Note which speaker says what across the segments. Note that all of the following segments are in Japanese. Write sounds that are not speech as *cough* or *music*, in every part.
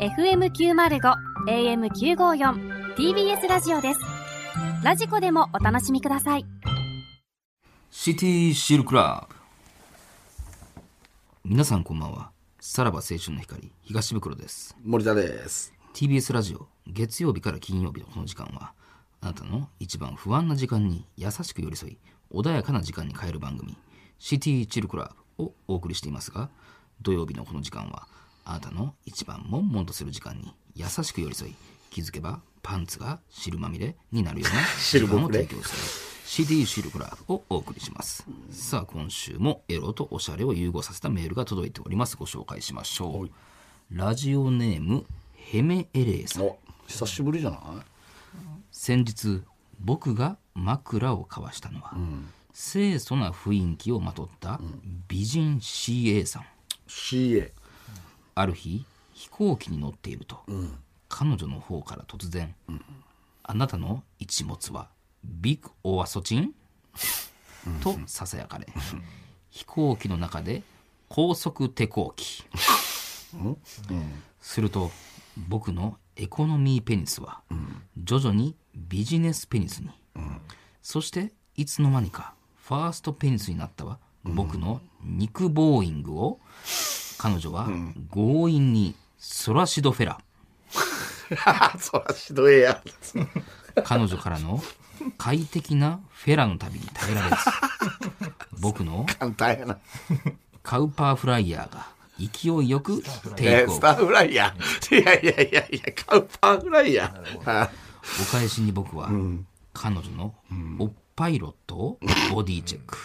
Speaker 1: FM905 AM954 TBS ラジオですラジコでもお楽しみください
Speaker 2: シティシールクラブ皆さんこんばんはさらば青春の光東袋です
Speaker 3: 森田です。
Speaker 2: TBS ラジオ月曜日から金曜日のこの時間はあなたの一番不安な時間に優しく寄り添い穏やかな時間に変える番組「シティチルクラブ」をお送りしていますが土曜日のこの時間はあなたの一番悶々とする時間に優しく寄り添い気づけばパンツが汁まみれになるような
Speaker 3: 汁
Speaker 2: 時間
Speaker 3: ま
Speaker 2: を
Speaker 3: みれ
Speaker 2: 提供する CD シルクラブをお送りしますさあ今週もエロとおしゃれを融合させたメールが届いておりますご紹介しましょうラジオネームヘメエレイさん
Speaker 3: お、久しぶりじゃない。
Speaker 2: 先日僕が枕を交わしたのは、清楚な雰囲気をまとった美人 CA さん
Speaker 3: C. A.。
Speaker 2: ある日飛行機に乗っていると、彼女の方から突然、あなたの一物はビッグオアソチン?」とささやかれ、飛行機の中で高速手工機、すると僕のエコノミーペニスは徐々にビジネスペニスに、そしていつの間にかファーストペニスになったは僕の肉ボーイングを彼女は強引にソラシドフェラ
Speaker 3: *laughs* そらしどえや。
Speaker 2: 彼女からの快適なフェラの旅に耐えられ
Speaker 3: *laughs*
Speaker 2: ず僕の
Speaker 3: 簡単やな。
Speaker 2: カウパーフライヤーが勢いよくテ
Speaker 3: え
Speaker 2: イ
Speaker 3: ー、
Speaker 2: クオ
Speaker 3: ス
Speaker 2: フ
Speaker 3: ターフライヤー。いやいやいやいや、カウパーフライヤー。はい
Speaker 2: お返しに僕は、彼女のおっぱいロットをボディチェック、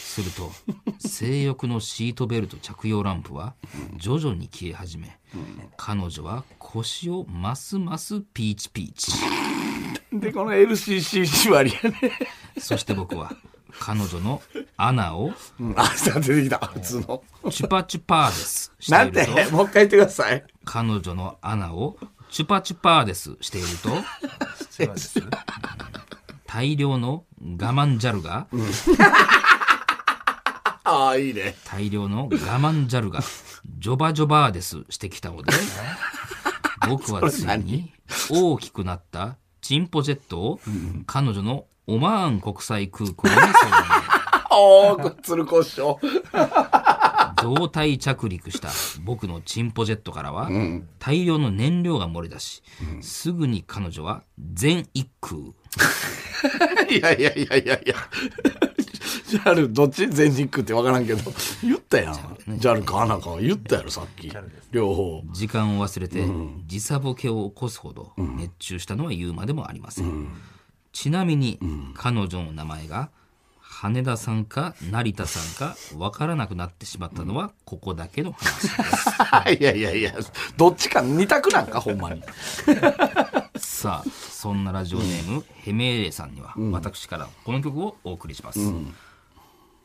Speaker 2: すると性欲のシートベルト着用ランプは徐々に消え始め、彼女は腰をますますピーチピーチ
Speaker 3: で、この L. C. C. 縛りやね。
Speaker 2: そして僕は彼女の穴を
Speaker 3: あ、さ、出てきた。普通の。
Speaker 2: チュパチュパーですして
Speaker 3: ないん
Speaker 2: る
Speaker 3: て
Speaker 2: と、
Speaker 3: もう一回言ってください。
Speaker 2: 彼女の穴をチュパチュパーですしていると大量の我慢ジャルが
Speaker 3: ああ、いいね。
Speaker 2: 大量の我慢ジャルがジョバジョバーですしてきたので僕はついに大きくなったチンポジェットを彼女のオマーン国際空港に送迎
Speaker 3: おお、つるこしょう。
Speaker 2: 胴体着陸した僕のチンポジェットからは大量の燃料が漏れ出し、すぐに彼女は全一空
Speaker 3: いやいやいやいやいや。ジャル、どっち全日空ってわからんけど。言ったやん。ジャルか、アナか、言ったやろ、さっき。両方。
Speaker 2: 時間を忘れて時差ボケを起こすほど熱中したのは言うまでもありません、ちなみに彼女の名前が羽田さんか成田さんか分からなくなってしまったのはここだけの話です
Speaker 3: いやいやいや、どっちか二択なんか、ほんまに。
Speaker 2: さあそんなラジオネーム、ヘメーレさんには、私からこの曲をお送りします、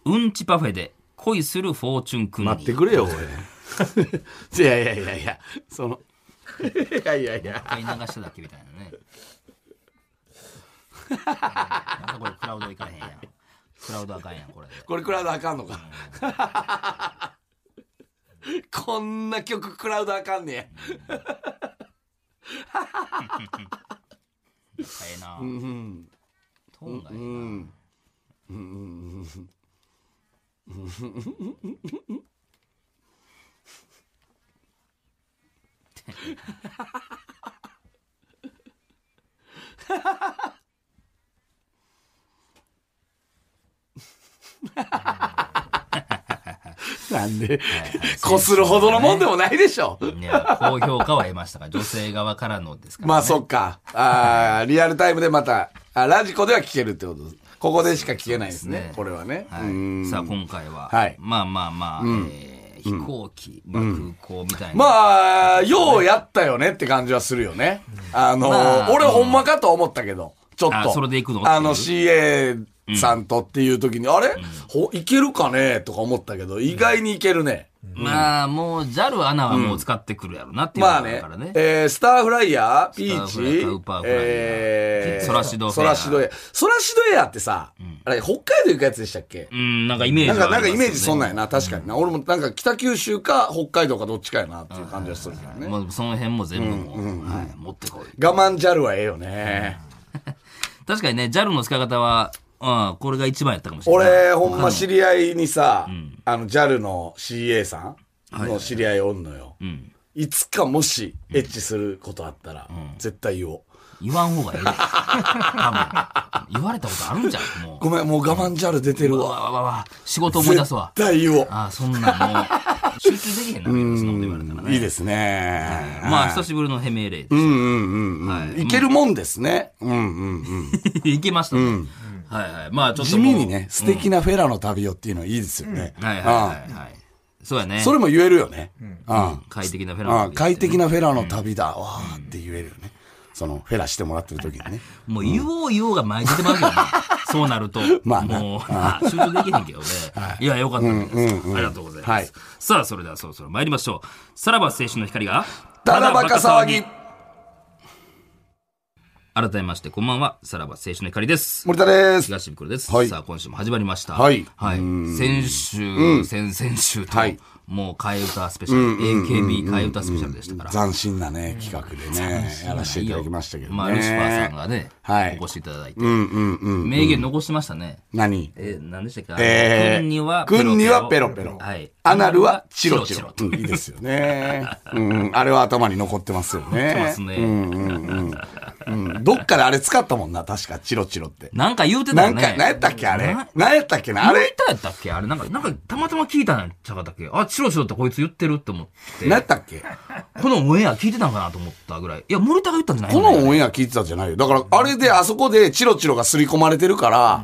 Speaker 2: うん、ちパフェで恋するフォーチュン君に
Speaker 3: 待ってくれよ、俺。いやいやいやいや、その。いやいやいや。
Speaker 2: 買い流しただけみたいなねまたこれクラウドいかへんやんクラウドあかんやんこれで
Speaker 3: これクラウドあかんのか。こんな曲クラウドあかんねや。
Speaker 2: ええな
Speaker 3: うん。
Speaker 2: トーンがええな
Speaker 3: う。
Speaker 2: ん
Speaker 3: うん。なんで、こするほどのもんでもないでしょ。
Speaker 2: ね高評価は得ましたが女性側からのですから、ね、
Speaker 3: まあそっか。ああ、リアルタイムでまた、あラジコでは聞けるってことです。ここでしか聞けないですね。
Speaker 2: そうですね
Speaker 3: これはね。
Speaker 2: は
Speaker 3: う
Speaker 2: い、
Speaker 3: ん
Speaker 2: さあ今回は、
Speaker 3: はい
Speaker 2: まあまあまあ、えー飛行機、まあ、空港みたいな、
Speaker 3: まあ、ようやったよねって感じはするよね。あの、
Speaker 2: まあ
Speaker 3: 俺ほんまかと思ったけど、ちょっ
Speaker 2: あ
Speaker 3: と。
Speaker 2: それで行くの
Speaker 3: あの CA さんとっていう時に、あれ、ほいけるかねとか思ったけど、意外にいけるね。
Speaker 2: まあ、もう JAL アナはもう使ってくるやろなっていうのが
Speaker 3: ま
Speaker 2: あ
Speaker 3: あ
Speaker 2: る
Speaker 3: ね
Speaker 2: からね。
Speaker 3: えースターフライヤー、ピー
Speaker 2: スターフライヤ
Speaker 3: チ
Speaker 2: ーウーパーフライヤー
Speaker 3: えー
Speaker 2: ソラシドフェ
Speaker 3: ソ
Speaker 2: ア
Speaker 3: ラシドエア。ソラシドエアってさ、あれ、北海道行くやつでしたっけ
Speaker 2: うん、なんかイメージ
Speaker 3: なんか、
Speaker 2: は
Speaker 3: な
Speaker 2: あ
Speaker 3: ん
Speaker 2: りますよね
Speaker 3: かイメージそんなんやな、確かにな。俺もなんか北九州か北海道かどっちかやなっていう感じがするけどね。
Speaker 2: もうその辺も全部もう、はい、持ってこい。
Speaker 3: 我慢ジャルはええよね。
Speaker 2: 確かにね、JAL の使い方は、うん、これが一番やったかもしれない。
Speaker 3: 俺、ほんま知り合いにさ、あの、JAL の CA さんの知り合いおんのよ。
Speaker 2: ん
Speaker 3: いつかもし、エッチすることあったら、絶対言おう。
Speaker 2: 言わん方がええで。多分。言われたことあるんじゃん、もう。
Speaker 3: ごめん、もう我慢 JAL 出てる
Speaker 2: わ
Speaker 3: わ。
Speaker 2: わわわ、仕事思い出
Speaker 3: 絶
Speaker 2: すわ。
Speaker 3: 対言おう。
Speaker 2: ああ、そんなんもう、集中できへんな、そんなこと言われたらね。
Speaker 3: いいですね。
Speaker 2: まあ、久しぶりのヘメレー
Speaker 3: う
Speaker 2: で
Speaker 3: んうんうん。
Speaker 2: はい
Speaker 3: い、けるもんですね。うんうんうん。
Speaker 2: *laughs* す。いけましたね。はいはい。まあ、ちょっと
Speaker 3: 地
Speaker 2: もう。
Speaker 3: 味にね、素敵なフェラの旅をっていうのはいいですよね。
Speaker 2: はいはい
Speaker 3: うん
Speaker 2: はいはい。そうやね。
Speaker 3: それも言えるよね。うん。
Speaker 2: 快適なフェラー
Speaker 3: うん快適なフェラの旅だわーって言えるよね。その、フェラしてもらってる時にね。
Speaker 2: もう言おう言おうが前に出てまうけどね。そうなると。
Speaker 3: *laughs* まあな
Speaker 2: もう、 *laughs* 集中できへんけどね。いや、よかったです、ありがとうございます。
Speaker 3: はい
Speaker 2: さあ、それではそろそろ参りましょう。さらば青春の光が、
Speaker 3: ただバカ騒ぎ
Speaker 2: 改めまして、こんばんは。さらば青春の光です。
Speaker 3: 森田です。
Speaker 2: 東袋です、
Speaker 3: はい
Speaker 2: さあ今週も始まりました
Speaker 3: はい
Speaker 2: 先週、先々週と、
Speaker 3: はい
Speaker 2: もう替え歌スペシャル、AKB 替え歌スペシャルでしたから、
Speaker 3: 斬新なね、企画でね、やらせていただきましたけどね。
Speaker 2: まあ、ルシファーさんがね、
Speaker 3: はい
Speaker 2: お越しいただいて、
Speaker 3: うんうんうん。
Speaker 2: 名言残してましたね、
Speaker 3: 何
Speaker 2: えー、何でしたっけ、
Speaker 3: えー
Speaker 2: 君には
Speaker 3: 君にはペロペロ。
Speaker 2: はい、
Speaker 3: アナルはチロチ
Speaker 2: チロ
Speaker 3: ロ。うんいいですよね。うん。あれは頭に残ってますよね。
Speaker 2: ますね、
Speaker 3: うんどっかであれ使ったもんな、確か、チロチロって。
Speaker 2: なんか言うてた
Speaker 3: な
Speaker 2: よ
Speaker 3: ん
Speaker 2: ね
Speaker 3: か、何やったっけ、あれ
Speaker 2: な。
Speaker 3: 何やったっけな、あ
Speaker 2: あ
Speaker 3: れ
Speaker 2: れ。やったっけあれなんか、なんか、たまたま聞いたんちゃかったっけあ、チロチロってこいつ言ってるって思って。
Speaker 3: 何やったっけ
Speaker 2: このオンエア聞いてたんかなと思ったぐらい。いや、森田が言ったんじゃない
Speaker 3: こ
Speaker 2: の
Speaker 3: のオンエア聞いてたんじゃないよ。だから、あれで、あそこでチロチロが刷り込まれてるから、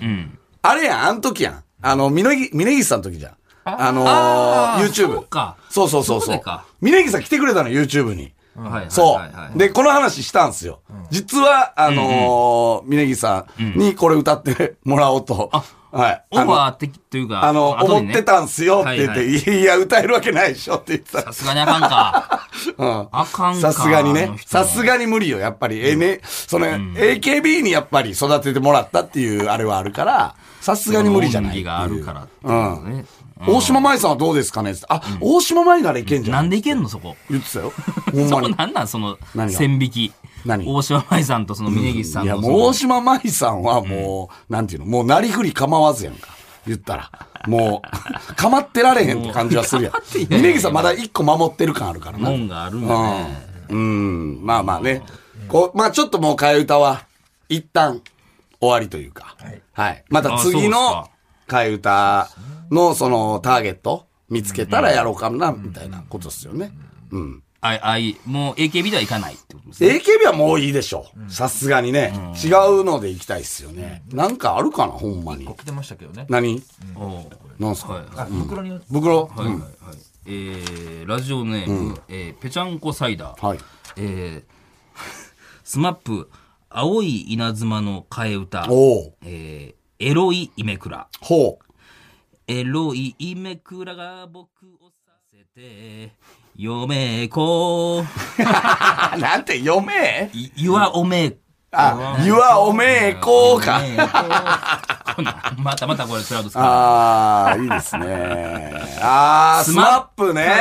Speaker 3: あれやん、あの時やん。あの、峰ぎ峯岸さんの時じゃん。あのー
Speaker 2: あー
Speaker 3: YouTube。
Speaker 2: そうか
Speaker 3: そうそうそう
Speaker 2: そ
Speaker 3: そうう
Speaker 2: でか。
Speaker 3: 峯岸さん来てくれたの、YouTube に。
Speaker 2: はいはいはいはい
Speaker 3: そう。で、この話したんですよ。実は、あのー、峯岸さんにこれ歌ってもらおうと。はい。
Speaker 2: オファー的というか、
Speaker 3: あの、
Speaker 2: 後で
Speaker 3: 思ってたんすよって言っ
Speaker 2: はいはい
Speaker 3: て、いやいや、歌えるわけないでしょって言ってた
Speaker 2: さ。すがにあかんか。
Speaker 3: *laughs* うん
Speaker 2: あかんか。
Speaker 3: さすがに
Speaker 2: あ
Speaker 3: ね
Speaker 2: の。人
Speaker 3: さすがに無理よ。やっぱり、えね、その、AKB にやっぱり育ててもらったっていうあれはあるから、さすがに無理じゃないっていう。
Speaker 2: その恩義があるからっていううね
Speaker 3: ん。大島舞さんはどうですかねってあ、大島舞ならいけんじゃ。
Speaker 2: なんんでいけんのそこ。
Speaker 3: 言ってたよ。ほん
Speaker 2: そ
Speaker 3: ま
Speaker 2: こ
Speaker 3: に。
Speaker 2: なんなんその
Speaker 3: 何が
Speaker 2: 線引き。
Speaker 3: 何
Speaker 2: 大島舞さんとその峯岸さん
Speaker 3: い
Speaker 2: の
Speaker 3: や、
Speaker 2: そ
Speaker 3: もう
Speaker 2: の。
Speaker 3: 大島舞さんはもう、なんていうの、もうなりふり構わずやんか。言ったら。もう、構ってられへんって感じはするやん。峯岸さんまだ一個守ってる感あるからな。
Speaker 2: 門があるんだね。
Speaker 3: うん、まあまあね。こう、まあちょっともう替え歌は、一旦終わりというか。はい。また次
Speaker 2: あ
Speaker 3: の替え歌のそのターゲット見つけたらやろうかな、みたいなことですよね。うん。
Speaker 2: あい、あい、もう AKB ではいかないってことですね。
Speaker 3: AKB はもういいでしょう。さすがにね。違うので行きたいっすよね。なんかあるかな、ほんまに。
Speaker 4: 来てましたけどね。
Speaker 3: 何
Speaker 2: おう
Speaker 3: なんす
Speaker 2: はい
Speaker 3: か
Speaker 4: あ、袋に、
Speaker 3: 袋
Speaker 2: はいはいはい。えー、ラジオネーム、えーぺちゃんこサイダー。
Speaker 3: はい。
Speaker 2: えー、 *laughs* スマップ、青い稲妻の替え歌。
Speaker 3: おう
Speaker 2: えー、エロいイメクラ。
Speaker 3: ほう。
Speaker 2: エロいイメクラが僕をさせて、嫁めこ
Speaker 3: あ、なんて読め
Speaker 2: いゆわおめ
Speaker 3: あ、ゆわおめえこうか。
Speaker 2: ゆわおめえこうこんなんまたまたこれクラウドスカ
Speaker 3: ああ、いいですね。ああ、スマップね。
Speaker 2: ね。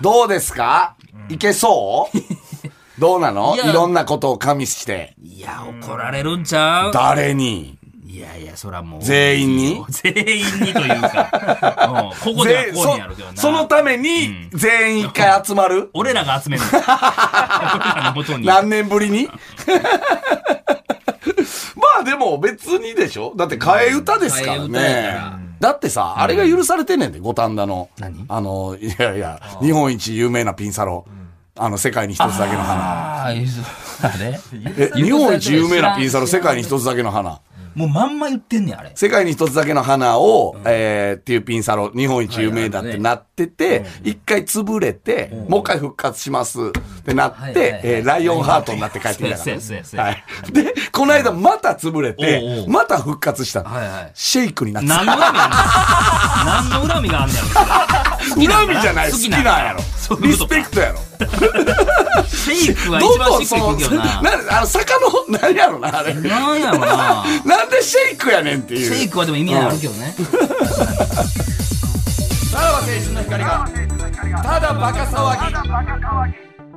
Speaker 3: どうですかいけそうどうなの
Speaker 2: いや
Speaker 3: いろんなことを加味して。
Speaker 2: いや、怒られるんちゃう
Speaker 3: 誰に
Speaker 2: いやいや、そらもう。
Speaker 3: 全員に
Speaker 2: 全員にという
Speaker 3: *laughs*
Speaker 2: か。うんここでは
Speaker 3: ぜ
Speaker 2: こう
Speaker 3: そ
Speaker 2: にやるけどな。
Speaker 3: そのために全員一回集まる、
Speaker 2: 俺らが集め
Speaker 3: *laughs*
Speaker 2: るの。俺らのことに。
Speaker 3: 何年ぶり
Speaker 2: *laughs*
Speaker 3: にまあでも別にでしょだって替え歌ですから
Speaker 2: うん替え歌や
Speaker 3: ね
Speaker 2: から。
Speaker 3: だってさ、あれが許されてんねんで、五反田の。
Speaker 2: 何
Speaker 3: あの、いやいや、日本一有名なピンサロ。あの、世界に一つだけの花。
Speaker 2: ああ、いいぞあれ
Speaker 3: え、日本一有名なピンサロ、世界に一つだけの花。
Speaker 2: もうまんま言ってんねん、あれ。
Speaker 3: 世界に一つだけの花を、えーっていうピンサロ、日本一有名だっ
Speaker 2: はいあ
Speaker 3: て
Speaker 2: るね
Speaker 3: なってて、一回潰れて、もう一回復活しますって
Speaker 2: は
Speaker 3: なっ
Speaker 2: いはいは
Speaker 3: て
Speaker 2: い、
Speaker 3: えーライオンハートになって帰ってきた
Speaker 2: *laughs* そう
Speaker 3: か
Speaker 2: やそうやそう
Speaker 3: ら。
Speaker 2: や
Speaker 3: はい。で、この間また潰れ
Speaker 2: おうお
Speaker 3: て、
Speaker 2: う
Speaker 3: また復活した
Speaker 2: はいはい
Speaker 3: の。シェイクになってた
Speaker 2: 何の恨みがあんねん何の恨みがあんねん
Speaker 3: 恨みじゃない好きなんや
Speaker 2: そう
Speaker 3: ろ
Speaker 2: い
Speaker 3: リ
Speaker 2: うこと
Speaker 3: ス
Speaker 2: か
Speaker 3: ペクトやろ
Speaker 2: シェイクは
Speaker 3: *laughs* ど
Speaker 2: 一
Speaker 3: んど
Speaker 2: 番
Speaker 3: ん
Speaker 2: シ
Speaker 3: そ
Speaker 2: ェイ
Speaker 3: の
Speaker 2: クいくよな。
Speaker 3: なあの坂の何やろなあれ
Speaker 2: なんやろな。
Speaker 3: *laughs* なんでシェイクやねんっていう
Speaker 2: シェイクはでも意味あるけどね。
Speaker 3: さらば青春の光がただバカ騒ぎ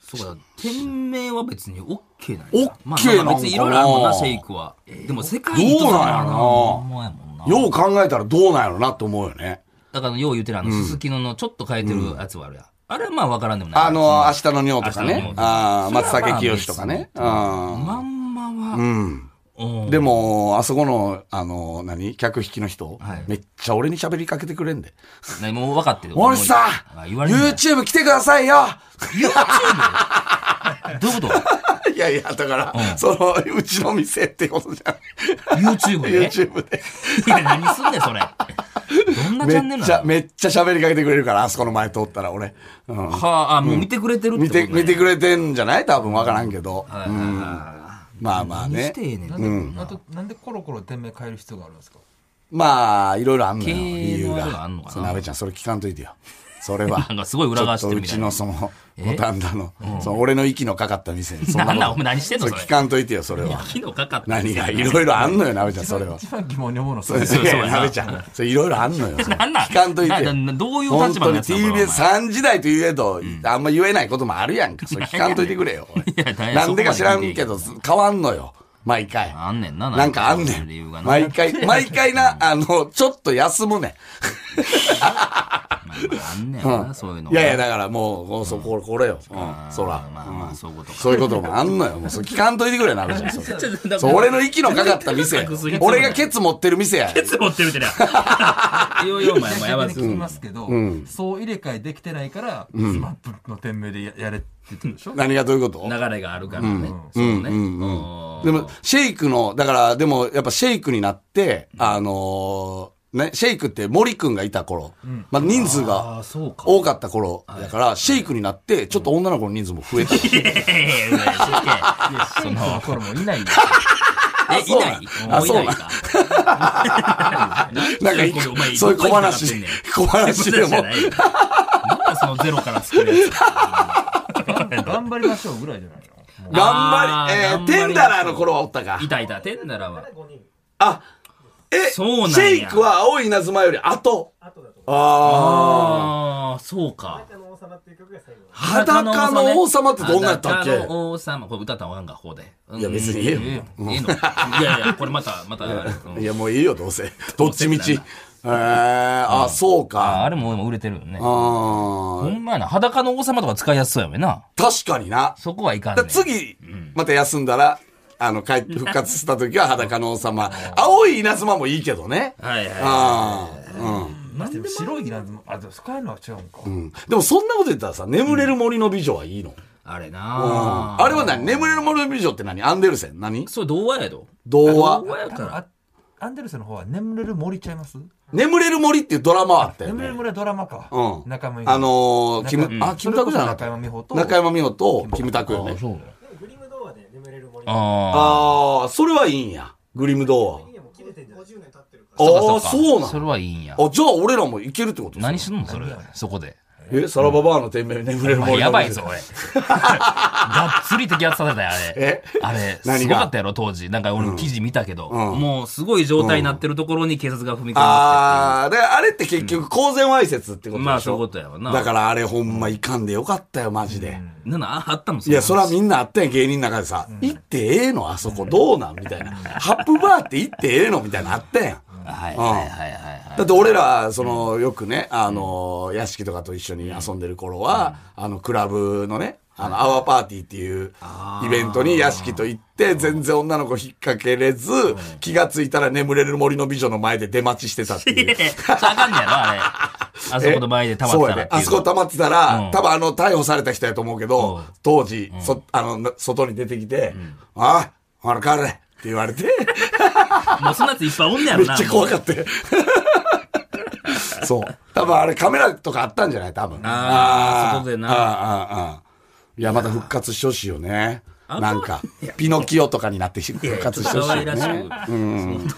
Speaker 2: そうだ、店名は別にオッケーなんや
Speaker 3: オッ
Speaker 2: まあ
Speaker 3: ケー
Speaker 2: まあ
Speaker 3: なんかな
Speaker 2: 別にいろいろあるもんな、シェイクは。でも世界一とか
Speaker 3: どうなんやろな
Speaker 2: もやもんな。
Speaker 3: よう考えたらどうなんやろなって思うよね
Speaker 2: だからよう言うてるあの、すすきののちょっと変えてるやつはあるやん。あれはまあわからんでもない。
Speaker 3: あの明日の尿とか
Speaker 2: 明日の
Speaker 3: ね
Speaker 2: 尿
Speaker 3: ああ松
Speaker 2: それはま
Speaker 3: 茸
Speaker 2: あ
Speaker 3: 清とかね
Speaker 2: 別に
Speaker 3: あ
Speaker 2: まんまは、
Speaker 3: あうん
Speaker 2: うん
Speaker 3: でもあそこのあの何客引きの人
Speaker 2: はい
Speaker 3: めっちゃ俺に喋りかけてくれんで
Speaker 2: 何も分かってる。
Speaker 3: 森さ
Speaker 2: あ
Speaker 3: ん
Speaker 2: 言われるんだよ
Speaker 3: YouTube 来てくださいよ *laughs*
Speaker 2: どういうこと *laughs*
Speaker 3: いやいや、だから、その、うちの店ってことじゃん。
Speaker 2: ?YouTube で
Speaker 3: *laughs* YouTube で。
Speaker 2: いや、何すんねん、それ。どんなチャンネル
Speaker 3: めっ
Speaker 2: な
Speaker 3: ちゃ、
Speaker 2: の
Speaker 3: めっちゃ喋りかけてくれるから、あそこの前通ったら俺。うん。
Speaker 2: はあ、あ、もう見てくれてるって
Speaker 3: 見
Speaker 2: こと
Speaker 3: て、見て
Speaker 2: く
Speaker 3: くれてんじゃない多分わからんけど。
Speaker 2: れ
Speaker 3: うんまあまあ
Speaker 2: 何し
Speaker 3: ね
Speaker 2: て。ええねん
Speaker 4: な
Speaker 2: なん
Speaker 4: で、あとなんでコロコロ店名変える必要があるんですか
Speaker 3: まあ、いろいろあんのよ、
Speaker 2: 経営
Speaker 3: 理由
Speaker 2: のあれがあんのか
Speaker 3: が。
Speaker 2: な
Speaker 3: そう、鍋ちゃん、それ聞かんといてよ。それ
Speaker 2: *laughs*
Speaker 3: は。
Speaker 2: なんかすごい裏返してるみたい
Speaker 3: ちょ
Speaker 2: な
Speaker 3: っとうちのその、五反田の、その俺の息のかかった店に。そ
Speaker 2: なんだ
Speaker 3: こと
Speaker 2: お前何してんの
Speaker 3: それ
Speaker 2: それ
Speaker 3: 聞かんといてよ、それは。
Speaker 2: 昨日かかった。
Speaker 3: 何が、いろいろあんのよ、鍋ちゃん、それは。
Speaker 4: 一番疑問に思うのはそ
Speaker 3: いや
Speaker 4: れです
Speaker 2: そう
Speaker 3: い
Speaker 2: や
Speaker 3: や
Speaker 2: な
Speaker 3: 鍋ちゃん、それいろいろあんのよ。そ
Speaker 2: *laughs*
Speaker 3: れ
Speaker 2: なんなん
Speaker 3: 聞かんといて
Speaker 2: な
Speaker 3: よ。
Speaker 2: などういう立場のやつなの
Speaker 3: 本当に
Speaker 2: これ
Speaker 3: TBS3 時代といえど、あんま言えないこともあるやんか。それ聞かんといてくれよ。
Speaker 2: いや大変
Speaker 3: なんでか知らんけ
Speaker 2: そこ
Speaker 3: ど、変わんのよ。毎回。
Speaker 2: あんねんな。
Speaker 3: なんかあんね
Speaker 2: 理由
Speaker 3: ん
Speaker 2: が。な。
Speaker 3: 毎
Speaker 2: *laughs*
Speaker 3: 回、毎回な、あの、ちょっと休むねん。
Speaker 2: まあまああんねんな、そういうの。
Speaker 3: いやいや、だからもうこう、そうこれこれよ。うんそら。
Speaker 2: まあまあ、そういうことか。
Speaker 3: そういうこともあんのよ。もうそれ聞かんといてくれ
Speaker 2: *laughs*
Speaker 3: な、鍋ちゃん。それそう俺の息のかかった店
Speaker 2: 隠す必要。ない
Speaker 3: 俺がケツ持ってる店や。
Speaker 2: つ持ってるって
Speaker 3: *laughs*
Speaker 2: な。いよいよお前もやばい
Speaker 4: 逆
Speaker 2: ぞ
Speaker 4: に聞きますけど、そう入れ替えできてないから、スマップの店名でややれって言ってるでしょ、
Speaker 3: 何がどういうこと
Speaker 2: 流れがあるからね。そうね。うん
Speaker 3: でも、シェイクの、だから、でも、やっぱシェイクになって、あのーね、シェイクって森くんがいた頃、まあ人数
Speaker 2: あ
Speaker 3: が
Speaker 2: あ、そうか。
Speaker 3: 多かった頃だから、シェイクになって、ちょっと女の子の人数も増えた。
Speaker 2: いやいやいやいや
Speaker 4: いやシェイクの頃も *laughs* いないんだ
Speaker 2: え、いない
Speaker 3: あ
Speaker 2: もうい
Speaker 3: そう
Speaker 2: ない
Speaker 3: な
Speaker 2: か。
Speaker 3: なんかい
Speaker 2: お前、
Speaker 3: *laughs* そういう
Speaker 2: どこに
Speaker 3: 小話
Speaker 2: かかってんねん、
Speaker 3: 小話で
Speaker 2: じゃ
Speaker 3: も
Speaker 2: な。いよなんだそのゼロから作るやつ。
Speaker 4: 頑張りましょうぐらいじゃないのもう
Speaker 3: 頑張り、え
Speaker 2: あー
Speaker 3: ー、テンダラーの頃はおったか
Speaker 2: い。たいた、テンダラは。
Speaker 3: あ、え、シ
Speaker 2: そうなんや
Speaker 3: ェイクは青い稲妻より後。ああ。
Speaker 2: ああ、そうか。
Speaker 3: 裸の王様ってどんなやったっけ
Speaker 2: 裸の王様、これ歌ったらわかんが、方で。うん
Speaker 3: いや別にいいよ
Speaker 2: ええのいいのいやいや、これまた、また、うん
Speaker 3: いや、もういいよ、どうせ。どっちみち。え
Speaker 2: どう
Speaker 3: ー、あ、そう
Speaker 2: あ
Speaker 3: か。
Speaker 2: あれももう売れてるよね。
Speaker 3: あ
Speaker 2: ほんまやな、裸の王様とか使いやすそうやもんな。
Speaker 3: ー確かにな。
Speaker 2: そこはいかんね
Speaker 3: だ
Speaker 2: ん。
Speaker 3: 次、また休んだら、あの、帰って復活した時は裸の王様。青い稲妻もいいけどね。
Speaker 2: はいはいは
Speaker 3: ああ、
Speaker 4: なんで白いなんてあでも深いのは違うんか、
Speaker 3: うん。うん。でもそんなこと言ったらさ、眠れる森の美女はいいの。
Speaker 2: い。あれ
Speaker 3: あ
Speaker 2: な
Speaker 3: あれは何眠れる森の美女って何アンデルセン何
Speaker 2: そう、童話やど。
Speaker 3: 童話
Speaker 2: 童話や
Speaker 4: だ
Speaker 2: か
Speaker 4: から
Speaker 2: ら。
Speaker 4: あアンデルセンの方は眠れる森ちゃいます、
Speaker 3: 眠れる森っていうドラマあったよ
Speaker 4: 眠れ
Speaker 3: ね
Speaker 4: る。森はドラマか、
Speaker 3: うん。
Speaker 4: 中山美穂
Speaker 3: あのー、キム、あ、キムタクじゃなかった
Speaker 4: 中山美穂と
Speaker 3: 中山美穂とキムタクよね。
Speaker 2: そう
Speaker 5: グリム童話で眠れる森
Speaker 2: ああ。
Speaker 3: ああ、それはいいんや。グリム童話。
Speaker 5: でも切れてんじゃない50年経ってるから
Speaker 2: か
Speaker 3: ああ、
Speaker 2: か
Speaker 3: そうな
Speaker 2: それ
Speaker 3: の
Speaker 2: はいいんや。
Speaker 3: あ、じゃあ俺らもいけるってこと
Speaker 2: 何すんのそれ、そこで。
Speaker 3: え、サラババアの店名眠れる
Speaker 2: お
Speaker 3: 森の
Speaker 2: 前
Speaker 3: 美女
Speaker 2: やばいぞ、。俺。 *laughs* がっつり摘発させたよ、あれ
Speaker 3: え。
Speaker 2: あれ、
Speaker 3: 何が
Speaker 2: すごかったやろ、当時。なんか俺も記事見たけど、
Speaker 3: ん
Speaker 2: もうすごい状態になってるところに警察が踏み込んできてっていう。
Speaker 3: *laughs* ああ、で、あれって結局公然わいせつってことでしょ
Speaker 2: まあ、そういうことやわな。
Speaker 3: だからあれほんまいかんでよかったよ、マジで。
Speaker 2: なんなんああったもん、
Speaker 3: いや、そらみんなあったやん、芸人の中でさ。行ってええのあそこどうなんみたいな。ハップバーって行ってええのみたいなのあったやん。
Speaker 2: はいはいはいはいはい。
Speaker 3: だって俺ら、その、よくね、あの、屋敷とかと一緒に遊んでる頃は、あの、クラブのね、あの、アワーパーティーっていうイベントに屋敷と行って、全然女の子引っ掛けれず、気がついたら眠れる森の美女の前で出待ちして
Speaker 2: *laughs*
Speaker 3: たっていう。
Speaker 2: あかんねやろ、あ
Speaker 3: *laughs*
Speaker 2: れ。あそこの前で溜まってたらっていうの
Speaker 3: あそこ溜まってた
Speaker 2: う
Speaker 3: ら
Speaker 2: ん、
Speaker 3: 多分あの、逮捕された人やと思うけ
Speaker 2: う
Speaker 3: ど
Speaker 2: ん、
Speaker 3: 当時、そ、あの、な外に出てきて、ああ、あら帰れって言われて、
Speaker 2: もうそんなやついっぱいおんねや
Speaker 3: め
Speaker 2: ろな。
Speaker 3: っちゃ怖かった。そう。多分あれカメラとかあったんじゃない多分。
Speaker 2: あー
Speaker 3: ー
Speaker 2: 外でな
Speaker 3: あーあーあーいや、また復活してほしいよね。
Speaker 2: あ
Speaker 3: なんか、ピノキオとかになって復
Speaker 2: やいやちょ
Speaker 3: 活
Speaker 2: っ
Speaker 3: し
Speaker 2: と
Speaker 3: てほ
Speaker 2: 可
Speaker 3: し
Speaker 2: 愛
Speaker 3: い
Speaker 2: ら
Speaker 3: よ
Speaker 2: しく、
Speaker 3: ね。
Speaker 2: そ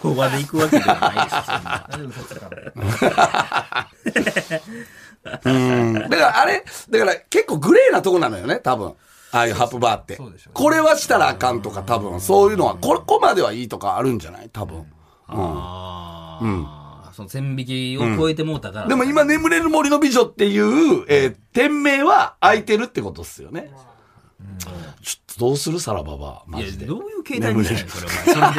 Speaker 2: の動画で行くわけではないですよ
Speaker 4: 大丈夫ですか
Speaker 3: うんだからあれ、だから結構グレーなとこなのよね、多分。ああいうハップバーって
Speaker 4: そうでしょう。ね
Speaker 3: これはしたらあかんとか、多分、そういうのは、ここまではいいとかあるんじゃない多分。うん
Speaker 2: ああ、その線引きを超えてもうたから。
Speaker 3: でも今、眠れる森の美女っていう、えー店名は空いてるってことっすよね。ちょっとどうするさらばば、マ
Speaker 2: いや
Speaker 3: ジで。
Speaker 2: どういう形態にしたんや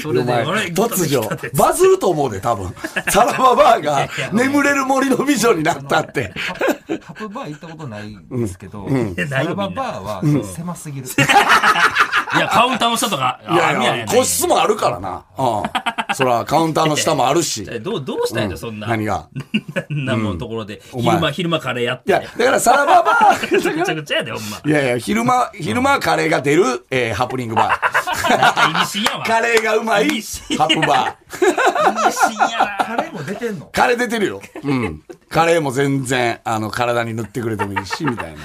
Speaker 2: それお前それで、それで、
Speaker 3: お前
Speaker 2: あれ
Speaker 3: 突如、バズると思うで、多分。サラババーが、眠れる森の美女になったって。
Speaker 4: ハプバー行ったことないんですけど、サラババーは狭すぎる。
Speaker 2: いや、カウンターの人とか、
Speaker 3: いやい
Speaker 2: 網や
Speaker 3: や、個室もあるからな。うん。そら、カウンターの下もあるし。
Speaker 2: えどう、どうしたいんだよ、そんな。
Speaker 3: 何が
Speaker 2: ん *laughs* なもんところで、
Speaker 3: お前
Speaker 2: 昼間、昼間カレーやっ
Speaker 3: い
Speaker 2: て。
Speaker 3: や、だからサラババ
Speaker 2: *laughs* めち
Speaker 3: ー
Speaker 2: ゃくちゃくちゃやで、ほんま。
Speaker 3: いやいや、昼間、昼間はカレーが出る、えーハプニング
Speaker 2: *laughs*
Speaker 3: バー。
Speaker 2: なんか意味深やわ。
Speaker 3: *laughs* カレーがうまい、ハプバー。
Speaker 2: 意味深やな。
Speaker 4: カレーも出てんの
Speaker 3: カレー出てるよ。うん。カレーも全然、あの、体に塗ってくれてもいいし、みたいな。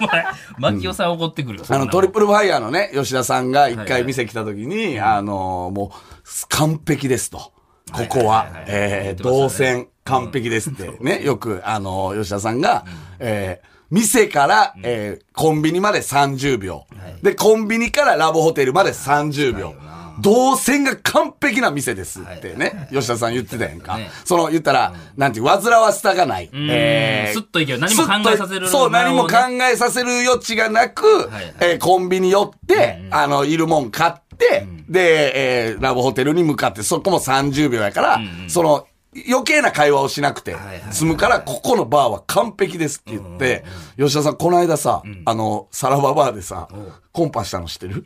Speaker 2: お前、 *laughs* マキオさん怒ってくるよ。そ
Speaker 3: あ
Speaker 2: んな
Speaker 3: の、
Speaker 2: もん
Speaker 3: トリプルファイヤーのね、吉田さんが一
Speaker 2: はい
Speaker 3: 回店来た時に、あの、もう、完璧ですと。ここは、えー
Speaker 2: 言
Speaker 3: 動
Speaker 2: ってましたね
Speaker 3: 線完璧ですってね、よく、あの、吉田さんが、えー店から、えーコンビニまで30秒。で、コンビニからラブホテルまで30秒。動線が完璧な店ですってね、吉田さん言ってたやんか
Speaker 2: ね。
Speaker 3: その、言ったら、なんていう、煩わしさがない。えー
Speaker 2: スッといける何も考えさせる
Speaker 3: すっとそう、
Speaker 2: 間をね
Speaker 3: 何も考えさせる余地がなく、
Speaker 2: はいはい
Speaker 3: えーコンビニ寄って、あの、いるもん買って、で、えーラブホテルに向かって、そこも30秒やから、その、余計な会話をしなくて
Speaker 2: はいはい、
Speaker 3: 済むから、ここのバーは完璧ですって言って、吉田さん、この間さ、あの、サラババーでさ、コンパしたの知ってる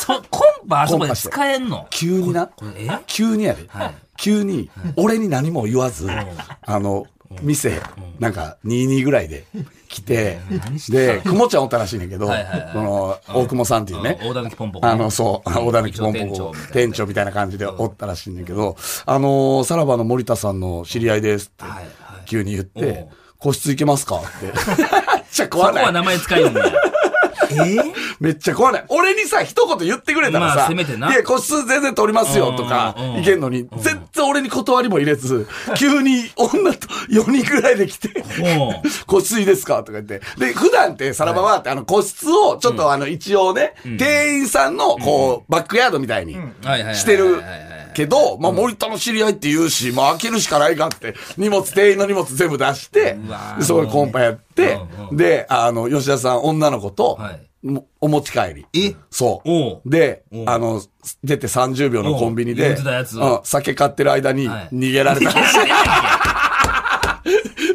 Speaker 2: そう、コンパあそこで使えんの
Speaker 3: 急にな
Speaker 2: え、
Speaker 3: 急にやで、急に、俺に何も言わず、あの、店、なんか、22ぐらいで来て、で、くもちゃんおったらしいねんけど、
Speaker 2: はいはいはい
Speaker 3: その、大久保さんっていうね
Speaker 2: うん、大田抜きポンポコ
Speaker 3: あの、そう、大田抜きポン
Speaker 2: 一
Speaker 3: ポ
Speaker 2: 応
Speaker 3: コ
Speaker 2: 店長みたいな、
Speaker 3: 店長みたいな感じでおったらしいねんけど、あの、さらばの森田さんの知り合いですって
Speaker 2: はいはい、
Speaker 3: 急に言っ
Speaker 2: うん
Speaker 3: て、個室行けます
Speaker 2: *laughs*
Speaker 3: かって。めっちゃ
Speaker 2: そ
Speaker 3: 怖
Speaker 2: こ
Speaker 3: な。
Speaker 2: はい名前使えんだよ。
Speaker 3: *laughs* めっちゃ怖ない。俺にさ、一言言ってくれたらさ、
Speaker 2: まあせめてない
Speaker 3: や、個室全然取りますよとか
Speaker 2: うんうんうん、
Speaker 3: いけんのに、全然俺に断りも入れず、急に女と4人ぐらいで来て、
Speaker 2: も
Speaker 3: 個室いいですかとか言って。で、普段って、サラババーって、あの、個室を、ちょっとあの、一応ね、店員さんの、こう、バックヤードみたいに
Speaker 2: う、はいはいはいはいはい。
Speaker 3: してるけど、まあ、森田の知り合いって言うし、まあ、開けるしかないかって、荷物、店員の荷物全部出して
Speaker 2: うわ、ー
Speaker 3: でそこでコンパやって
Speaker 2: うん、う
Speaker 3: で、あの、吉田さん、女の子と
Speaker 2: はい、
Speaker 3: もお持ち帰り。
Speaker 2: え
Speaker 3: そ
Speaker 2: おう
Speaker 3: う。で
Speaker 2: おう、
Speaker 3: あの、出て30秒のコンビニ
Speaker 2: おう言
Speaker 3: で、
Speaker 2: うてたやつ
Speaker 3: うん酒買ってる間に
Speaker 2: はい
Speaker 3: 逃げられた。
Speaker 2: *laughs*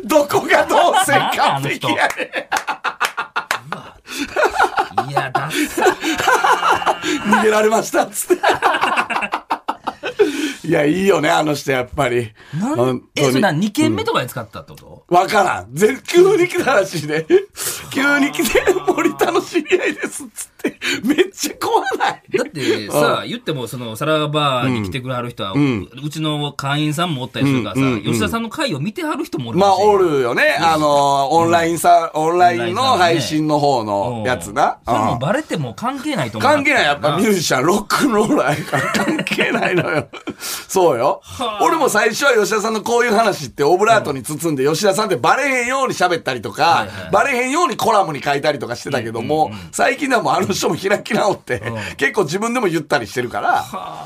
Speaker 3: どこがどうせ完璧やねん
Speaker 2: いや、だっさ。
Speaker 3: 逃げられました
Speaker 2: *laughs*
Speaker 3: っつって。いや、いいよね、あの人、やっぱり。
Speaker 2: なん
Speaker 3: 本
Speaker 2: え、そ
Speaker 3: 当
Speaker 2: れ
Speaker 3: に。
Speaker 2: な、2軒目とかで使ったってこと
Speaker 3: わからん。ぜ急に来たらしいね。急に来て、森田の知り合いですっつって。めっちゃ怖ない。
Speaker 2: だってさ、言っても、その、サラバーに来てくれはる人は、うちの会員さんもおったりするからさ、吉田さんの会を見てはる人もおる
Speaker 3: ま
Speaker 2: ら
Speaker 3: あ、
Speaker 2: しい
Speaker 3: お。るよね。あの、オンラインさ、オンラインの配信の方の
Speaker 2: うん
Speaker 3: やつな。
Speaker 2: それも
Speaker 3: うん
Speaker 2: バレても関係ないと思う。
Speaker 3: 関係ない。やっぱミュージシャン、ロックンローラーやから関係ないのよ。そうよ。俺も最初は吉田さんのこういう話ってオブラートに包んで、吉田さんってバレへんように喋ったりとか
Speaker 2: いはい、
Speaker 3: バレへんようにコラムに書いたりとかしてたけども、最近ではもうあの人も開き直って、結構自分でも言ったりしてるから、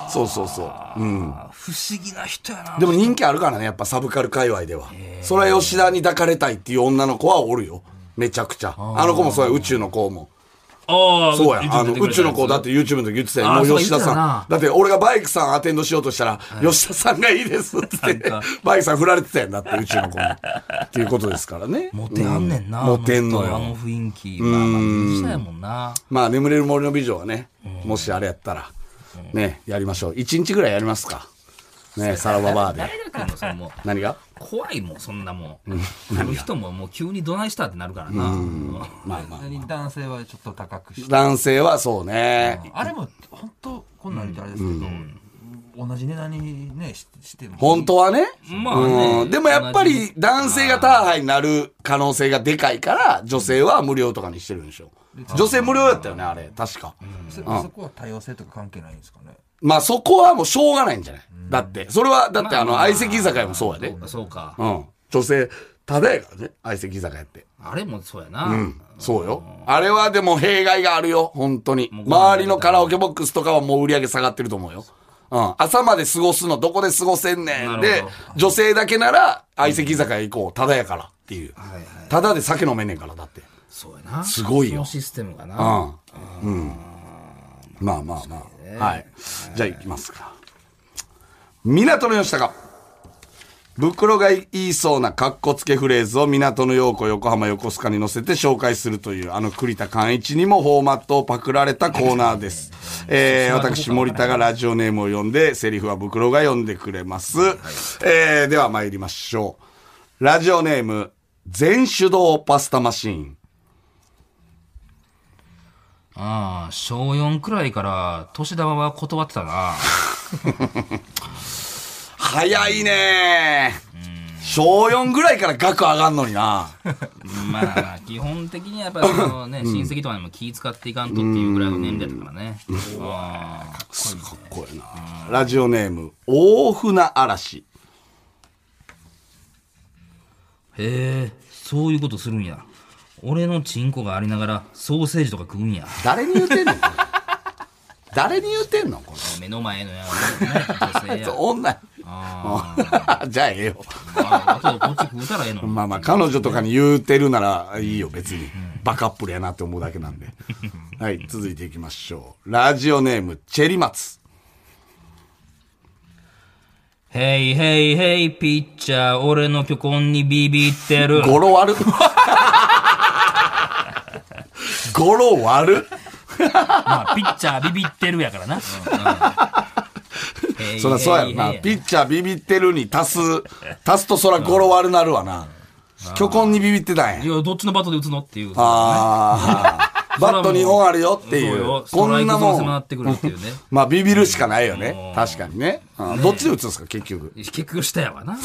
Speaker 3: そうそうそう。うん。
Speaker 2: 不思議な人やな。
Speaker 3: でも人気あるからね、やっぱサブカル界隈では。それは吉田に抱かれたいっていう女の子はおるよ。めちゃくちゃ。あの子もそうや、宇宙の子も。
Speaker 2: ああ、
Speaker 3: そうや、あの、
Speaker 2: 出てくれた
Speaker 3: 宇
Speaker 2: やつ
Speaker 3: 宙の子だって YouTube の時言ってたよ。
Speaker 2: あ
Speaker 3: もう
Speaker 2: そう
Speaker 3: 吉田
Speaker 2: 言ってた
Speaker 3: さ。
Speaker 2: なん
Speaker 3: だって俺がバイクさんアテンドしようとしたら、吉田さんがいいですっつって
Speaker 2: なんか、
Speaker 3: バイクさん振られてたやんだって、宇宙の子に。っていうことですからね。
Speaker 2: *laughs* モテあんねんな。
Speaker 3: うモテんの
Speaker 2: あ
Speaker 3: よ
Speaker 2: の。雰囲気。まあまあ、ミュージシャンやもんな。
Speaker 3: まあ、眠れる森の美女はね、もしあれやったら、ね、やりましょう。一日ぐらいやりますか。ね、サラババーで。
Speaker 2: 誰が来んのそれもう
Speaker 3: 何が
Speaker 2: 怖いもん、そんなもん。来る人ももう急にどないしたってなるからな。
Speaker 3: まあまあ。
Speaker 4: 普通に男性はちょっと高くして。
Speaker 3: 男性はそうね。
Speaker 4: あれも、本当こんなん言うとあれですけど、同じ値段にね、ししても。
Speaker 3: 本当はね。
Speaker 2: まあね
Speaker 3: うんでもやっぱり男性がターハイになる可能性がでかいから、女性は無料とかにしてるんでしょ。女性無料だったよね、あれ。確か。
Speaker 4: そ
Speaker 3: うん
Speaker 4: そこは多様性とか関係ないんですかね。
Speaker 3: まあそこはもうしょうがないんじゃないだって、それは、だってあの、相席居酒屋もそうやで。
Speaker 2: そうか。
Speaker 3: うん。女性、ただやからね、相席居酒屋って。
Speaker 2: あれもそうやな。
Speaker 3: うん。そうよ。あれはでも弊害があるよ、本当に。
Speaker 2: もうご飯
Speaker 3: 周りのカラオケボックスとかはもう売り上げ下がってると思うよ。うん。朝まで過ごすの、どこで過ごせんねん。
Speaker 2: な
Speaker 3: で
Speaker 2: るほど、
Speaker 3: 女性だけなら、相席居酒屋行こう、ただやからっていう。
Speaker 2: はいはい。
Speaker 3: ただで酒飲めんねんから、だって。
Speaker 2: そうやな。
Speaker 3: すごいよ
Speaker 2: そのシステムが
Speaker 3: う
Speaker 2: な。
Speaker 3: ん。うん。まあまあまあ。はい。じゃあ行きますか。港の吉高。袋が言いそうなカッコつけフレーズを港の陽子横浜横須賀に乗せて紹介するというあの栗田寛一にもフォーマットをパクられたコーナーです。えー、私森田がラジオネームを読んでセリフは袋が読んでくれます。えー、では参りましょう。ラジオネーム全手動パスタマシーン。
Speaker 2: ああ、小4くらいから、年玉は断ってたな。
Speaker 3: 早いね小4ぐらいから額上がんのにな。
Speaker 2: まあまあ、基本的にはやっぱりそのね、親戚とかにも気使っていかんとっていうぐらいの年齢だったからね。ああ
Speaker 3: すごいかっこいいな。ラジオネーム、大船嵐。
Speaker 2: へえ、そういうことするんや。俺のチンコがありながら、ソーセージとか食うんや。
Speaker 3: 誰に言うてんのこれ誰に言うてんのこ
Speaker 2: 目の前のや、ね、女性
Speaker 3: れ。
Speaker 2: や。
Speaker 3: 女。 *laughs* じゃあええよ。
Speaker 2: ああ、あとこっち食うたらええ *laughs* のに。
Speaker 3: まあまあ、彼女とかに言うてるならいいよ、別に。バカップルやなって思うだけなんで。はい、続いていきましょう。ラジオネーム、チェリマツ。
Speaker 2: ヘイヘイヘイピッチャー、俺の巨根にビビってる。
Speaker 3: 語呂 *laughs* 悪っ語呂悪っ
Speaker 2: まあ、ピッチャービビってるやからな。うんうん
Speaker 3: そりゃそうやろな。ピッチャービビってるに足す、 *laughs* 足すとそら語呂悪なるわな。巨根にビビってたん
Speaker 2: い
Speaker 3: や。
Speaker 2: や、どっちのバットで打つのっていう。
Speaker 3: ああ。
Speaker 2: *laughs*
Speaker 3: バット2本あるよってい
Speaker 2: そうよ。ス
Speaker 3: こ
Speaker 2: トライ
Speaker 3: ん
Speaker 2: ク
Speaker 3: な
Speaker 2: ゾーン
Speaker 3: も
Speaker 2: 迫っ
Speaker 3: ん。
Speaker 2: てくるっていうね。
Speaker 3: まあ、ビビるしかないよね
Speaker 2: う。ん
Speaker 3: 確かにね。うんどっちで打つんですか、結局。
Speaker 2: 結局したやわ
Speaker 3: *laughs*
Speaker 2: な。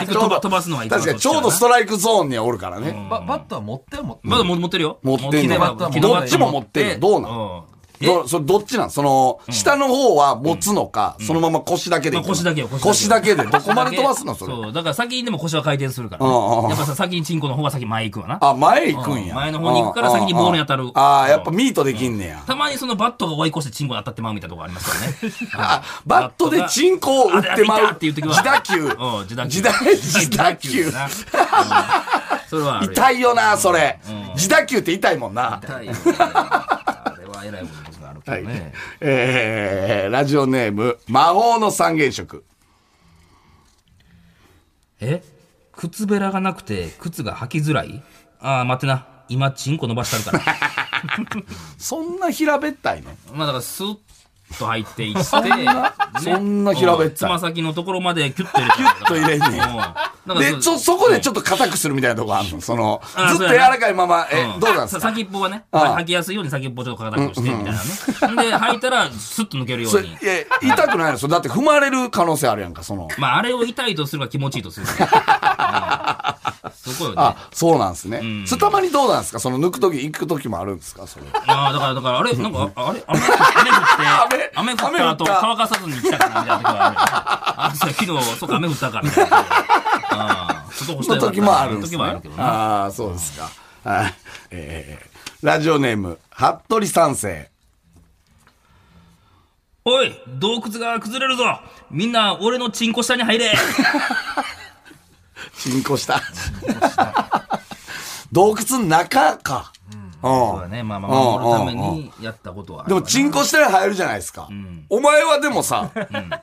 Speaker 2: 結局飛ば飛ばすのは一番
Speaker 3: 確かに、ちょうどストライクゾーンにはおるからね。
Speaker 4: ババットは持っては持って
Speaker 2: まだも持ってるよ。
Speaker 3: 持ってん
Speaker 2: 機
Speaker 3: の
Speaker 2: 動バッ
Speaker 4: よ
Speaker 2: ト機動
Speaker 3: ど
Speaker 2: バッ
Speaker 3: っ
Speaker 2: ト
Speaker 3: ちも持ってんのどうなの
Speaker 2: うんえ
Speaker 3: どそれどっちなんその、下の方は持つのか、そのまま腰だけで
Speaker 2: まあ
Speaker 3: いくの
Speaker 2: 腰だけよ、
Speaker 3: 腰だけで。どこまで飛ばすのそれ。
Speaker 2: そう、だから先にでも腰は回転するからね。
Speaker 3: うんうんうん
Speaker 2: やっぱさ、先にチンコの方が先前行くわな。
Speaker 3: あ、前行くんや。
Speaker 2: うん前の方に行くから先にボールに当たる
Speaker 3: ああ、やっぱミートできんねや。
Speaker 2: たまにそのバットが追い越してチンコに当たってまうみたいなとこありますからね。
Speaker 3: あ、 *laughs* バットでチンコを打ってま
Speaker 2: あ
Speaker 3: う。
Speaker 2: 痛っていう時は
Speaker 3: 自打
Speaker 2: う
Speaker 3: 球。
Speaker 2: ん、自打球。
Speaker 3: 自打自打球
Speaker 2: 自打なうんそれはあるよ
Speaker 3: 痛いよな、それ
Speaker 2: うん。
Speaker 3: 自打球って痛いもんな。
Speaker 2: 痛いよねあれはえらいことがあるけ
Speaker 3: はい
Speaker 2: どね。。
Speaker 3: えー、ラジオネーム、魔法の三原色。
Speaker 2: え靴べらがなくて靴が履きづらいああ、待ってな。今、チンコ伸ばしてあるから。
Speaker 3: そんな平べったいの
Speaker 2: *laughs* まあだから、スッと入っていって、ね
Speaker 3: そんな平べったい
Speaker 2: うんつま先のところまでキュッと入れて。キュッ
Speaker 3: と入れんねやで、ちょ、そこでちょっと硬くするみたいなとこあんのその、
Speaker 2: あ
Speaker 3: ずっ
Speaker 2: そ
Speaker 3: と
Speaker 2: う
Speaker 3: 柔
Speaker 2: やな
Speaker 3: らかいまま、え、どうなん
Speaker 2: *laughs*
Speaker 3: で
Speaker 2: さ
Speaker 3: すか
Speaker 2: 先っぽはね、
Speaker 3: ああ
Speaker 2: 履きやすいように先っぽちょっと硬くして、みたいなね。で、履いたら、スッと抜けるよ
Speaker 3: そうれ
Speaker 2: に。
Speaker 3: え、痛くないのそれだって踏まれる可能性あるやんか、その。
Speaker 2: まあ、あれを痛いとするか気持ちいいとする
Speaker 3: *laughs*
Speaker 2: か。うんそこよね。あ
Speaker 3: あ、そうなんですね
Speaker 2: ん。
Speaker 3: それたまにどうなんですかその抜くとき、行くときもあるんですかそれ。
Speaker 2: あ、だから、だから、あれ、なんか、ああれ、雨雨降って、*laughs* 雨
Speaker 3: 雨
Speaker 2: 降った後、
Speaker 3: 雨降った
Speaker 2: 乾かさずに来たかな、みたいな時はあるよ。あ、そうや、昨日、そうか、雨降ったからみたいな。ああ、外干した
Speaker 3: の
Speaker 2: よかった
Speaker 3: 時もあるんです
Speaker 2: 時
Speaker 3: ね。
Speaker 2: もあるけどな。
Speaker 3: ああ、そうですか。はい。えー、ラジオネーム、服部三世。
Speaker 2: おい、洞窟が崩れるぞみんな、俺のチンコ下に入れ
Speaker 3: 進行した。洞窟の中か。
Speaker 2: そう
Speaker 3: う
Speaker 2: だ
Speaker 3: ん。
Speaker 2: ね、まあまあ、守るためにやったことはある
Speaker 3: で
Speaker 2: わ
Speaker 3: も、
Speaker 2: な。
Speaker 3: チンコしたら入るじゃないですか。お前はでもさ、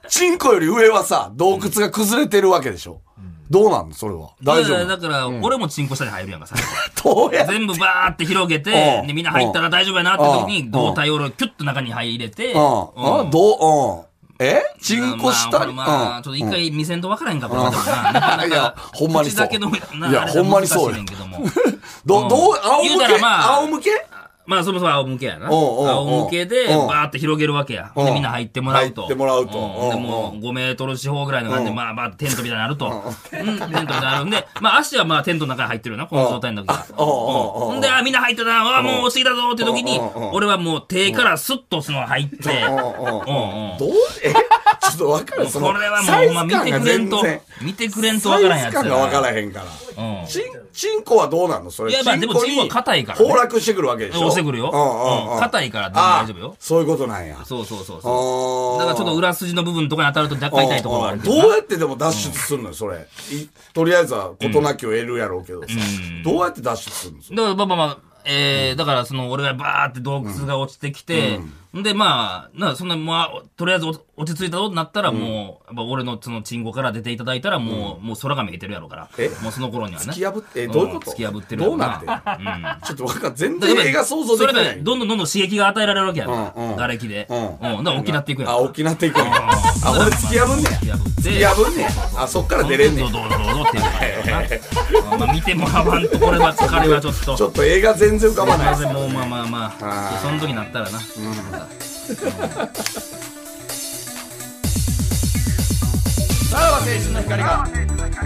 Speaker 3: チンコより上はさ、洞窟が崩れてるわけでしょ。どうなんのそれは。大丈
Speaker 2: いやいやだ
Speaker 3: 夫
Speaker 2: から、俺もチンコ下に入るやんか、最後。
Speaker 3: どうや
Speaker 2: 全部バーって広げて、
Speaker 3: *laughs* うん
Speaker 2: で、みんな入ったら大丈夫やなって時
Speaker 3: うん
Speaker 2: に、胴体を俺キュッと中に入れて、
Speaker 3: うん。うん。どう、うん。えチンコしたり、
Speaker 2: まあまあまあ
Speaker 3: うん
Speaker 2: ちょっと一回見せんと分からへんか、これはでもな。な *laughs* かなか
Speaker 3: いやほんまにそう
Speaker 2: 口だけの、ない
Speaker 3: や
Speaker 2: あれが
Speaker 3: ほんまにそうよ
Speaker 2: 難しいねんけども。
Speaker 3: ど、
Speaker 2: うん
Speaker 3: どう、仰向
Speaker 2: 言うた
Speaker 3: け
Speaker 2: らまあ
Speaker 3: 仰向け
Speaker 2: *laughs* まあそもそも仰向けやな。
Speaker 3: おうおうおう
Speaker 2: 仰向けで、
Speaker 3: おう
Speaker 2: バーって広げるわけや。
Speaker 3: う
Speaker 2: で、
Speaker 3: ん
Speaker 2: みんな入ってもらうと。
Speaker 3: 入ってもらうと
Speaker 2: んで、
Speaker 3: うん
Speaker 2: もう5メートル四方ぐらいの感じ
Speaker 3: う
Speaker 2: で、
Speaker 3: ん
Speaker 2: まあバーってテントみたいになると。うん、テントみたいになるんで、まあ足はまあテントの中に入ってるよな、この状態の時は。
Speaker 3: おうおうおうおうん
Speaker 2: で、あ、みんな入ってたな、あ、もう落ちてきたぞって時に
Speaker 3: うんうんう、ん
Speaker 2: 俺はもう手からスッとその入って、うんうん
Speaker 3: うんうん *laughs*
Speaker 2: も
Speaker 3: どうえちょっとわかる
Speaker 2: *laughs* う
Speaker 3: その
Speaker 2: これはもう
Speaker 3: サイ
Speaker 2: ほ
Speaker 3: ズ
Speaker 2: んま見
Speaker 3: 感
Speaker 2: て
Speaker 3: が
Speaker 2: くれん
Speaker 3: 全
Speaker 2: と
Speaker 3: 然、
Speaker 2: 見てくれんとわからんやつ
Speaker 3: サ
Speaker 2: や
Speaker 3: イズ
Speaker 2: な。
Speaker 3: 感がわからへんから。
Speaker 2: うん。
Speaker 3: チン、チンコはどうなんのそれ。
Speaker 2: いやまあ
Speaker 3: チンコ
Speaker 2: でもチンコは
Speaker 3: に
Speaker 2: 硬いからね
Speaker 3: 崩落してくるわけでしょ
Speaker 2: 押してくるよ。
Speaker 3: うんうん
Speaker 2: う
Speaker 3: うんん。
Speaker 2: 硬いから
Speaker 3: あ
Speaker 2: 大丈夫よ。
Speaker 3: そういうことなんや。
Speaker 2: そうそうそうそう。
Speaker 3: あ
Speaker 2: だからちょっと
Speaker 3: 裏
Speaker 2: 裏筋の部分とかに当たると若干痛いところがあるけど
Speaker 3: ど
Speaker 2: な。
Speaker 3: うやってでも脱出するのよ、それ。いとりあえずは事なきを得るやろうけどさ。どうやって脱出するのそれ
Speaker 2: だからまあまあまあ、えーだからその俺がバーって洞窟が落ちてきて、んでまあ、なそんな、まあ、とりあえず落落ち着いたぞってなったらもう、やっぱ俺のそのチンコから出ていただいたらもう、もう空が見えてるやろうから
Speaker 3: え、
Speaker 2: もうその頃にはね。
Speaker 3: 突き破って、えどういうこ
Speaker 2: ん
Speaker 3: と
Speaker 2: 突き破ってるやろ
Speaker 3: どうなってんの
Speaker 2: うん
Speaker 3: ちょっとわかん全
Speaker 2: だから
Speaker 3: 然映画想像でき
Speaker 2: それ
Speaker 3: な
Speaker 2: やっぱ
Speaker 3: い。
Speaker 2: りどんどんどんどん刺激が与えられるわけやから、
Speaker 3: うんうん
Speaker 2: 瓦礫で。
Speaker 3: う
Speaker 2: うんん。だから大きなっていくやん。
Speaker 3: あ、大きなっていくんやあ、俺突き破んねや。
Speaker 2: 破って。
Speaker 3: 突き破んねや。あ、そっから出れんね
Speaker 2: どうぞ
Speaker 3: や。
Speaker 2: どうぞどうぞっていうのかな。まあ見てもらわんとこれは疲れはちょっと。
Speaker 3: ちょっと映画全然浮かばない。
Speaker 2: まあもうまあまあまあ
Speaker 3: あー
Speaker 2: その時になったらな。
Speaker 3: さらば青春の光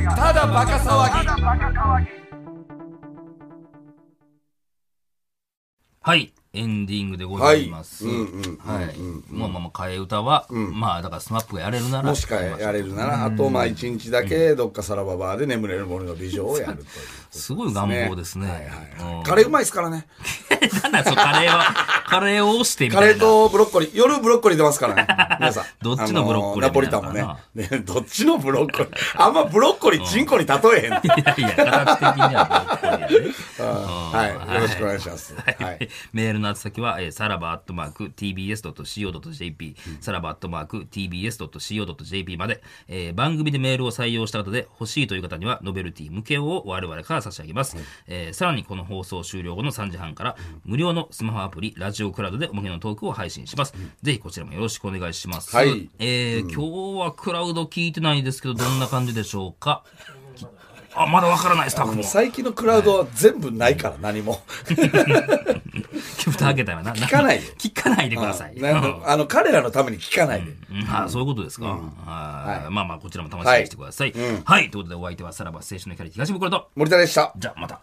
Speaker 3: がただバカ騒ぎ
Speaker 2: はい。エンディングでございます。
Speaker 3: はいうんうん
Speaker 2: はい
Speaker 3: うん
Speaker 2: まあまあまあ、替え歌は、
Speaker 3: ん
Speaker 2: まあ、だからスマップがやれるなら。
Speaker 3: もしかやれるならあとまあ一日だけどっかさらばバーで眠れる森の美女をやるという
Speaker 2: すごい願望ですね。
Speaker 3: はいはい
Speaker 2: うん
Speaker 3: カレーうまいですからね
Speaker 2: *laughs* なんだよそのカレーは、カレーを押してみた
Speaker 3: カ
Speaker 2: いな。
Speaker 3: レーとブロッコリー夜ブロッコリー出ます
Speaker 2: *laughs*
Speaker 3: からね皆さん
Speaker 2: どっちのブロッコリー
Speaker 3: あのナポリタンも
Speaker 2: みたい
Speaker 3: ね
Speaker 2: なのか
Speaker 3: *laughs* ねどっちのブロッコリーあんまブロッコリーチンコに例え
Speaker 2: いや
Speaker 3: へん
Speaker 2: いや、形的にはブロッコリーやね。
Speaker 3: はいよろしくお願いしますはい
Speaker 2: *laughs* メールの宛先は、えー、さらばアットマーク tbs.co.jp、さらばアットマーク tbs.co.jp まで、えー番組でメールを採用した方で欲しいという方にはノベルティ向けを我々から差し上げます、えーさらにこの放送終了後の3時半から無料のスマホアプリラジオクラウドでおまけのトークを配信します、ぜひこちらもよろしくお願いします、
Speaker 3: はい
Speaker 2: えー今日はクラウド聞いてないですけどどんな感じでしょうかあまだわからないスタッフも
Speaker 3: 最近のクラウドは全部ないから何も
Speaker 2: 蓋開けたらな。聞
Speaker 3: かないよ
Speaker 2: 聞かないでください。
Speaker 3: なあの彼らのために聞かないで
Speaker 2: うんあそういうことですか。
Speaker 3: は
Speaker 2: はいいまあまあ、こちらも楽しみにしてください。はい。ということで、お相手はさらば青春の光東袋と、
Speaker 3: 森田でした
Speaker 2: じゃあまた。